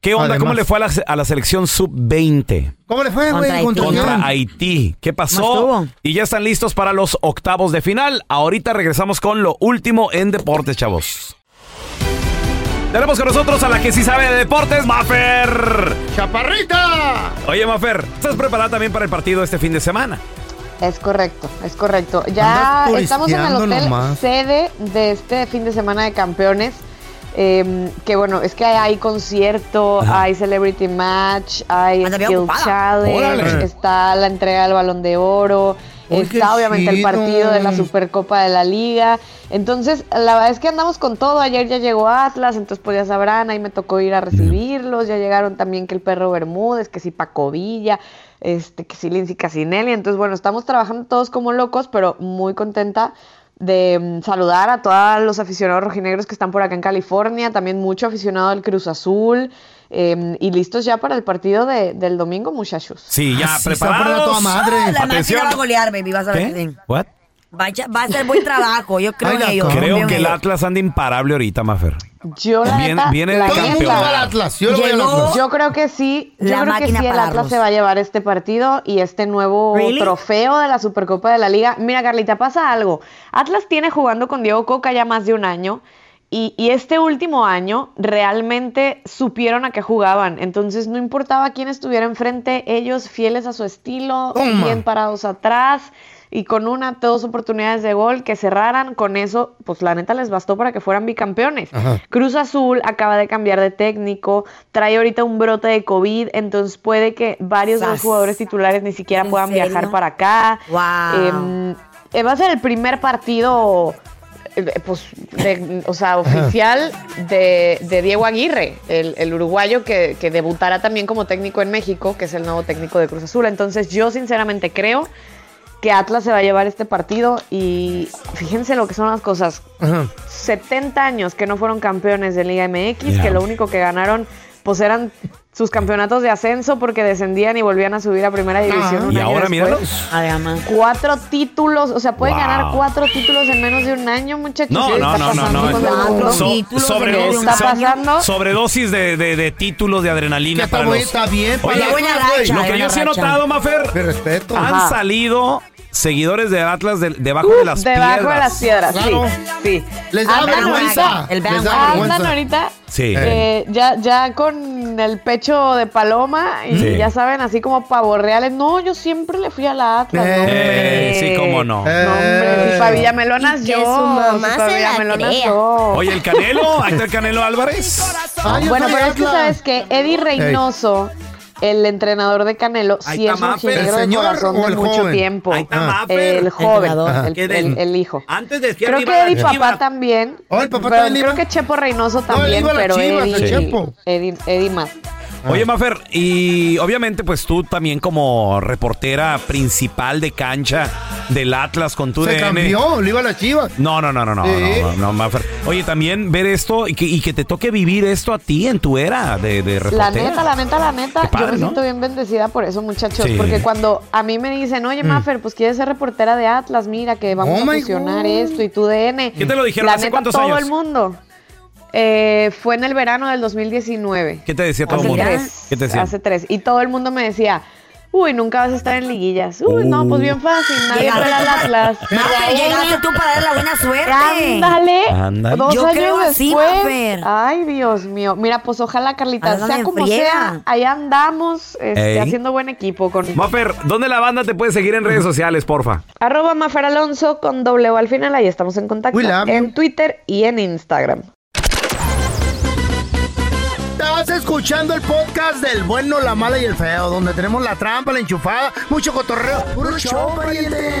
¿qué onda? ¿Cómo
Además.
le fue a la, se- a la selección sub-20?
¿Cómo le fue, güey? Contra
Contra
Haití.
Haití. ¿Qué
No
pasó?
estuvo.
Y ya están listos para los octavos de final. Ahorita regresamos con lo último en deportes, chavos. Tenemos con nosotros a la que sí sabe de deportes, Maffer.
¡Chaparrita!
Oye, Mafer, ¿estás preparada también para el partido este fin de semana?
Es correcto, es correcto. Ya
Andas
estamos en el
turisteando
hotel
nomás.
sede de este fin de semana de campeones. eh, que bueno, es que hay, hay concierto, hay Celebrity Match, hay
Anda bien
Skill
ocupada.
Challenge,
Órale.
está la entrega del Balón de Oro,
Uy, qué
está obviamente el
chido.
partido de la Supercopa de la Liga. Entonces, la verdad es que andamos con todo. Ayer ya llegó Atlas, entonces pues ya sabrán, ahí me tocó ir a recibirlos. Ya llegaron también que el Perro Bermúdez, que si Paco Villa, este, que si Lindsay Casinelli. Entonces, bueno, estamos trabajando todos como locos, pero muy contenta de mm, saludar a todos los aficionados rojinegros que están por acá en California, también mucho aficionado del Cruz Azul, eh, y listos ya para el partido de- del domingo, muchachos.
Sí, ya
sí,
preparados.
Ah, la máquina
Atención.
va a golear, baby, vas a ver.
¿Qué?
sí.
What?
Va a echa- va a ser buen trabajo, yo creo en ellos. confío
Creo
en
que el
ellos.
Atlas anda imparable ahorita, Mafer.
Yo la
Bien-
neta,
viene de
la
campeón.
neta,
Todo mal Atlas, yo le voy al
llegó-
Atlas.
yo creo que sí, yo
La
creo que
máquina
sí el
para
Atlas
darlos.
se va a llevar este partido y este nuevo
Really?
trofeo de la Supercopa de la Liga. Mira, Carlita, pasa algo. Atlas tiene jugando con Diego Coca ya más de un año. Y, y este último año realmente supieron a qué jugaban. Entonces no importaba quién estuviera enfrente, ellos fieles a su estilo,
Toma.
bien parados atrás y con una, dos oportunidades de gol que cerraran. Con eso, pues la neta les bastó para que fueran bicampeones.
Ajá.
Cruz Azul acaba de cambiar de técnico, trae ahorita un brote de COVID, entonces puede que varios de los
Sas.
jugadores titulares ni siquiera puedan
serio?
viajar para acá.
Wow.
Eh, eh, va a ser el primer partido, eh, pues, de- o sea, oficial de, de Diego Aguirre, el, el uruguayo que, que debutará también como técnico en México, que es el nuevo técnico de Cruz Azul. Entonces yo sinceramente creo que Atlas se va a llevar este partido y fíjense lo que son las cosas. 70 años que no fueron campeones de Liga MX,
Ya.
que lo único que ganaron pues eran sus campeonatos de ascenso porque descendían y volvían a subir a primera división.
Ah.
un
Y
año
ahora
después.
míralos.
Cuatro títulos, o sea, pueden
Wow.
ganar cuatro títulos en menos de un año, muchachos.
No,
¿Qué
no, no,
está
no,
pasando
no.
con el mundo?
So-
¿Qué
sobredosis-
está
so-
pasando?
Sobredosis de, de- de títulos de adrenalina
Ya
para
está
los...
bien, está bien, para
Oye,
la buena racha,
lo
hay
que
una
yo sí he
racha.
notado, Mafer,
respeto.
han
Ajá.
salido seguidores de Atlas de- debajo de las
Uh, debajo
piedras.
de las piedras,
Claro.
sí, Ah, sí.
Les da
Andan
vergüenza,
ahorita-
les da vergüenza.
Andan ahorita
Sí.
eh, ya, ya con el pecho de paloma y
Sí.
ya saben, así como pavos reales. No, yo siempre le fui a la Atlas. no,
Eh,
hombre.
sí, cómo no.
No, hombre,
Eh,
si pa' Villamelonas yo.
mamá
si pa'
se la
Villamelonas
crea.
yo.
Oye, el Canelo, ahí está el Canelo Álvarez. Ah,
bueno, pero es que sabes que Eddie Reynoso, el entrenador de Canelo,
Ahí
sí
está
es un
Maffer.
jilguero
¿El
de
señor
corazón
o
de
el
mucho
joven?
tiempo. Ah.
Ahí está Maffer.
el joven,
Entrenador.
el,
Que
el-
de-
el hijo.
Antes decía
Creo
que
que
iba a
Eddie
las Chivas.
papá también.
Oh, el papá
pero
también
creo
iba.
que Chepo Reynoso
él
también,
iba a las
pero
Chivas, el
Eddie,
Chepo.
Eddie, Eddie más.
Ah.
Oye, Mafer, y obviamente pues tú también como reportera principal de cancha, del Atlas con tu
Se
DN.
cambió, le iba a las chivas.
No, no, no, no, no,
Sí.
no, no, no, Mafer. Oye, también ver esto y que, y que te toque vivir esto a ti en tu era de, de
La
reportera.
neta, la neta, la neta,
Qué padre,
yo me
¿no?
siento bien bendecida por eso, muchachos,
Sí.
porque cuando a mí me dicen, oye,
Mm.
Maffer, pues quieres ser reportera de Atlas, mira que vamos
Oh
a
my
fusionar
God.
esto y tu DN.
¿Quién te lo dijeron?
La
¿Hace
neta,
cuántos
todo
años?
el mundo. Eh, fue en el verano del 2019.
¿Qué te decía todo el
Hace
mundo?
tres.
¿Qué te decía?
Hace tres. Y todo el mundo me decía, uy, nunca vas a estar en liguillas. Uy, no, pues bien fácil, nadie
Llegaste
para el
tú para-
Atlas.
Mafer, llegaste tú para dar la buena suerte.
Ándale.
Ándale.
Dos
Yo
años
creo así,
después.
Mafer.
Ay, Dios mío. Mira, pues ojalá, Carlita,
Ándale,
sea como
friega.
sea, ahí andamos este,
Ey.
haciendo buen equipo con
Mafer, ¿dónde la banda te puede seguir en redes sociales, porfa?
arroba Mafer Alonso con doble O al final, ahí estamos en contacto en Twitter y en Instagram.
Estás escuchando el podcast del bueno, la mala y el feo, donde tenemos la trampa, la enchufada, mucho cotorreo. ¡Puro show, pariente!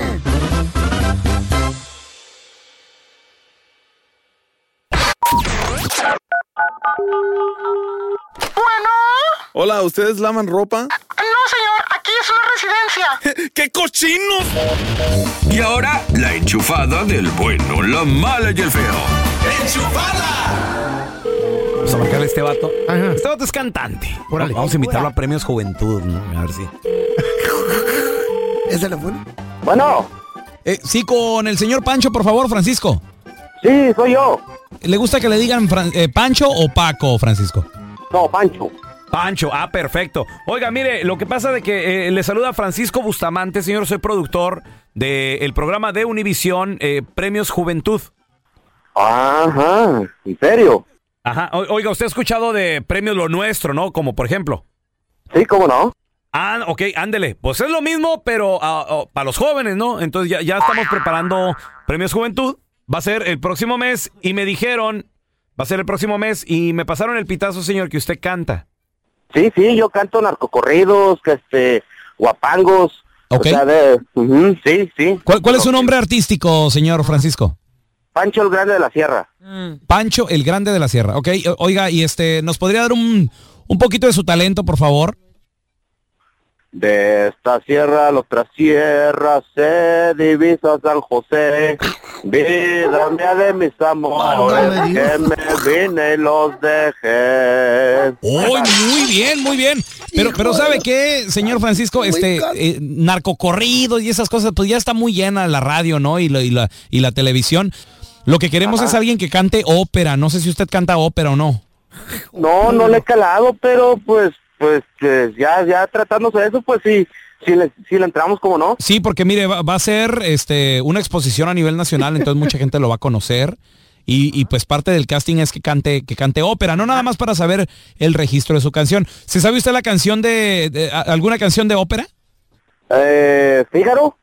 Bueno,
Hola, ¿ustedes lavan ropa?
no señor, aquí es una residencia.
¡Qué cochinos!
Y ahora, la enchufada del bueno, la mala y el feo.
Vamos a marcarle a este vato. Este vato es cantante. Vamos a invitarlo a premios juventud, ¿no? A ver si.
¿Esa la pone?
Bueno. Eh, sí, con el señor Pancho, por favor, Francisco.
Sí, soy yo.
¿Le gusta que le digan Fran- eh, Pancho o Paco, Francisco?
No, Pancho.
Pancho, ah, perfecto. Oiga, mire, lo que pasa de que eh, le saluda Francisco Bustamante, señor, soy productor del programa de Univisión eh, Premios Juventud.
Ajá, ¿en serio?
Ajá, o- oiga, usted ha escuchado de Premios Lo Nuestro, ¿no? Como por ejemplo.
Sí, cómo no.
Ah, ok, ándele. Pues es lo mismo, pero ah, oh, para los jóvenes, ¿no? Entonces ya, ya estamos preparando Premios Juventud. Va a ser el próximo mes y me dijeron, va a ser el próximo mes y me pasaron el pitazo, señor, que usted canta.
Sí, sí, yo canto narcocorridos, que este, guapangos. O
Ok.
sea, de, ujú, sí, sí.
¿Cuál, cuál es su nombre artístico, señor Francisco?
Pancho el Grande de la Sierra.
Pancho el Grande de la Sierra, ¿ok? O- Oiga, y este, ¿nos podría dar un, un poquito de su talento, por favor?
De esta sierra a la otra sierra se divisa San José. Vida mía de mis amores, que me vine y los dejé.
¡Uy, muy bien, muy bien! Pero, pero ¿sabe qué, señor Francisco? Este, eh, narcocorridos y esas cosas, pues ya está muy llena la radio, ¿no? Y la, y la, y la televisión. Lo que queremos es alguien que cante ópera. No sé si usted canta ópera o no.
No, no le he calado, pero pues, pues, eh, ya, ya tratándose de eso, pues sí, si le, sí le entramos, como no.
Sí, porque mire, va, va a ser este, una exposición a nivel nacional, entonces mucha gente lo va a conocer. Y, y, pues parte del casting es que cante, que cante ópera, no nada más para saber el registro de su canción. ¿Se sabe usted la canción de, de- a- alguna canción de ópera?
Eh, Fígaro. Ah,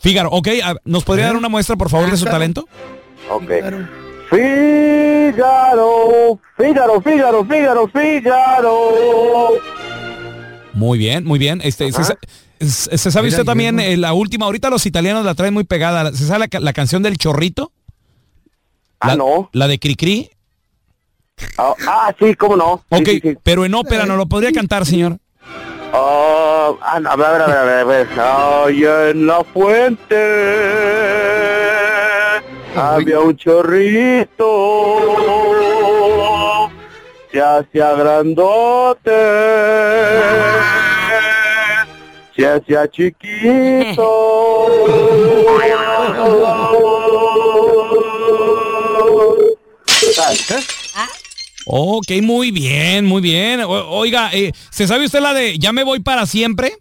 Fígaro, ok. a- ¿Nos podría dar una muestra, por favor, de su talento?
Ok. Fígaro, Fígaro, Fígaro, Fígaro, Fígaro.
Muy bien, muy bien. Este, ¿se, sa- se- se sabe
Mira,
usted también
yo no-
eh, la última? Ahorita los italianos la traen muy pegada. ¿Se sabe la, ca- la canción del chorrito?
Ah, no.
La de Cricri.
Ah, ah, sí, cómo no. Sí,
Ok,
sí, sí.
pero en ópera no lo podría cantar, señor.
Ah, ah, no, a ver, a ver, a ver, a ver, a ver. Ay, en la fuente había un
Oh,
chorrito. Se hacía grandote. Se hacía chiquito.
¿Eh? Ok, muy bien, muy bien. O- oiga, eh, ¿se sabe usted la de Ya me voy para siempre?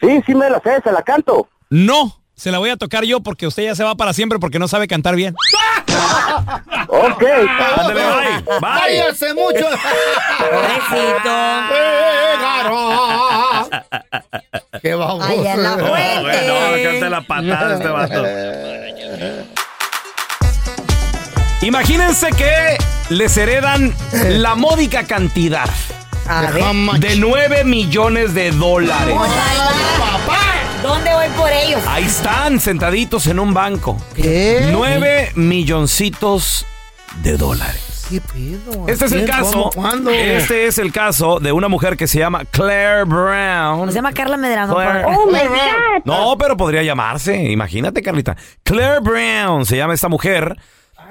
Sí, sí me la sé, se la canto.
No, se la voy a tocar yo porque usted ya se va para siempre porque no sabe cantar bien.
ok.
Ándale, bye, bye.
¡Cállese mucho! ¡Pobrecito! ¡Qué baboso!
Ay, a la fuente.
No,
No, canta la patada este
Eh.
vato. Imagínense que les heredan la módica cantidad
A ver.
de 9 millones de dólares.
¿Dónde voy por ellos?
Ahí están sentaditos en un banco.
¿Qué?
Nueve milloncitos de dólares.
¿Qué pedo?
Este es el
¿Quién,
caso.
cómo, ¿Cuándo?
Este es el caso de una mujer que se llama Claire Brown.
Se llama Carla Medrano.
Claire.
por-
Oh, my No, pero podría llamarse. Imagínate, Carlita. Claire Brown se llama esta mujer,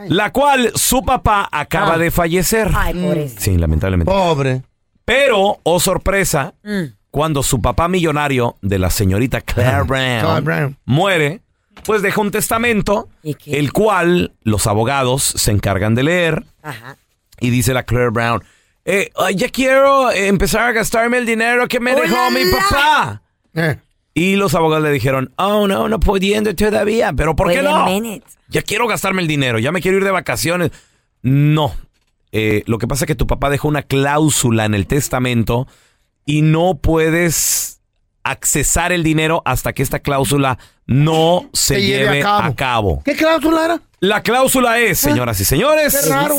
la cual su papá acaba
Ah.
de fallecer.
Ay, pobrecito.
Sí, lamentablemente. Pobre. Pero, oh sorpresa,
Mm.
cuando su papá millonario de la señorita Claire Brown,
Claire Brown.
muere, pues deja un testamento, el cual los abogados se encargan de leer.
Ajá.
Y dice la Claire Brown, eh, ay, ya quiero eh, empezar a gastarme el dinero que me dejó mi papá. Eh. Y los abogados le dijeron, oh, no, no pudiendo todavía, pero ¿por qué
Wait a
no?
minute.
Ya quiero gastarme el dinero, ya me quiero ir de vacaciones. No. Eh, lo que pasa es que tu papá dejó una cláusula en el testamento y no puedes accesar el dinero hasta que esta cláusula no se
Se
lleve, a cabo.
¿Qué cláusula era?
La cláusula es, señoras y señores,
Qué raro.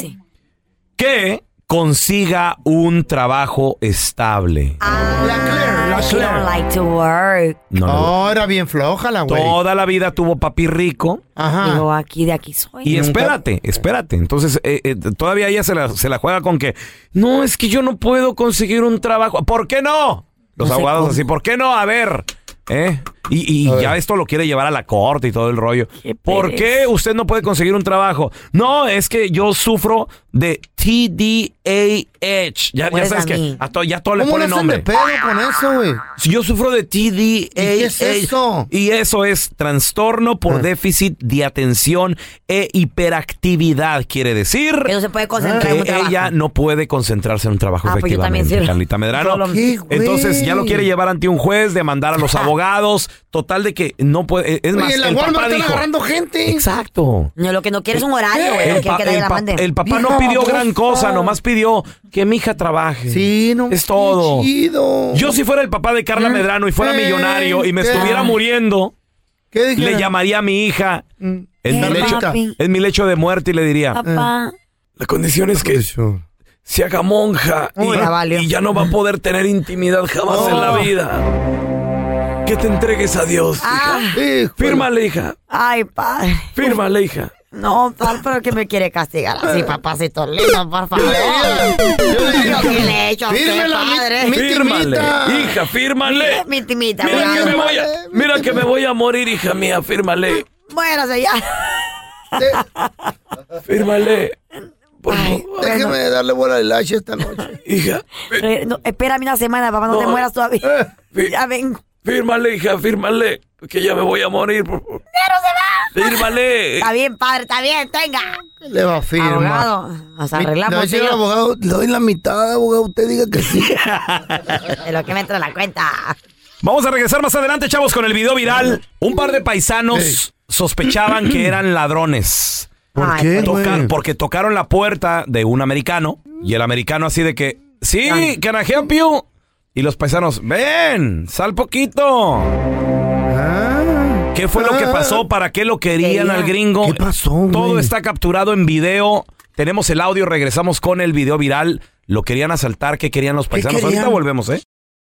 que consiga un trabajo estable.
Ah, La
She don't like to work.
No, no.
Oh, era bien floja la güey.
Toda la vida tuvo papi rico.
Digo, aquí de aquí soy.
Y espérate, espérate. Entonces, eh, eh, todavía ella se la, se la juega con que, no, es que yo no puedo conseguir un trabajo. ¿Por qué no? Los
No sé
abogados
cómo.
así, ¿por qué no? A ver. ¿eh? Y, y ya esto lo quiere llevar a la corte y todo el rollo. ¿Por qué usted no puede conseguir un trabajo? No, es que yo sufro de TDAH. Ya, ya
Pues
sabes
a
que
mí.
a todo, ya todo le
¿Cómo le
pone
hacen
nombre.
de pedo con eso, güey?
Si yo sufro de TDAH.
qué es eso? Ah.
Y eso es trastorno por déficit de atención e hiperactividad, quiere decir.
Que no se puede concentrar
que
en un trabajo.
ella no puede concentrarse en un trabajo
Ah, pues yo también
efectivamente,
sí lo-
Carlita Medrano.
yo lo- ¿Qué, güey?
Entonces ya lo quiere llevar ante un juez, demandar a los abogados, total de que no puede, es
Oye,
más,
en la
el
Walmart
papá
están
dijo,
agarrando gente.
Exacto.
No, lo que no quiere es un horario, güey.
el,
que-
pa-
que nadie
el
la
pa-
mande.
el papá no
Vieja
pidió gran cosa,
babosa.
nomás pidió que mi hija trabaje. Sí, no. Es todo. Yo si fuera el papá de Carla Medrano y fuera
Eh,
millonario y me
¿qué?
estuviera muriendo, le llamaría a mi hija Mm. en mi,
Eh,
lecho,
papi.
en mi lecho de muerte y le diría, "Eh,
Papá.
Eh.
la condición es que se haga monja y,
Uy, la valió.
y ya no va a poder tener intimidad jamás
Oh.
en la vida. Que te entregues a Dios, hija. Fírmale, hija.
Ay, padre.
Fírmale, hija.
No, tal, pero que me quiere castigar
Eh.
así, papacito lindo, por favor. Lo que le he hecho a usted,
Fírmela, mi-
padre.
Fírmale, hija, fírmale.
Mi timita,
Mira que,
bravo.
me voy a, mira que me voy a morir, hija mía, fírmale.
Muérase ya.
Fírmale.
Déjeme darle bola de lache esta noche.
Hija.
Eh, no, espérame una semana, papá, no, te
No,
mueras todavía. ya vengo.
Fírmale, hija, fírmale. Que ya me voy a morir. por favor. Fírmale.
Está bien, padre, está bien, tenga.
Le va a firmar.
Abogado, nos
Mi-
arreglamos,
Le va a decir al
tío.
abogado, le doy la mitad, abogado, usted diga que sí.
De lo que me entra la cuenta.
Vamos a regresar más adelante, chavos, con el video viral. Un par de paisanos sospechaban que eran ladrones.
¿Por Ay, pues. qué,
Toca-
güey?
porque tocaron la puerta de un americano y el americano así de que, sí, can I help you?" Y los paisanos, ven, sal poquito. ¿Qué fue lo que pasó? ¿Para qué lo querían
Querían.
al gringo? ¿Qué pasó? Todo está capturado en video. Tenemos el audio, regresamos con el video viral. Lo querían asaltar, ¿qué querían los paisanos?
querían?
Ahorita volvemos, ¿eh?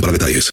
para detalles.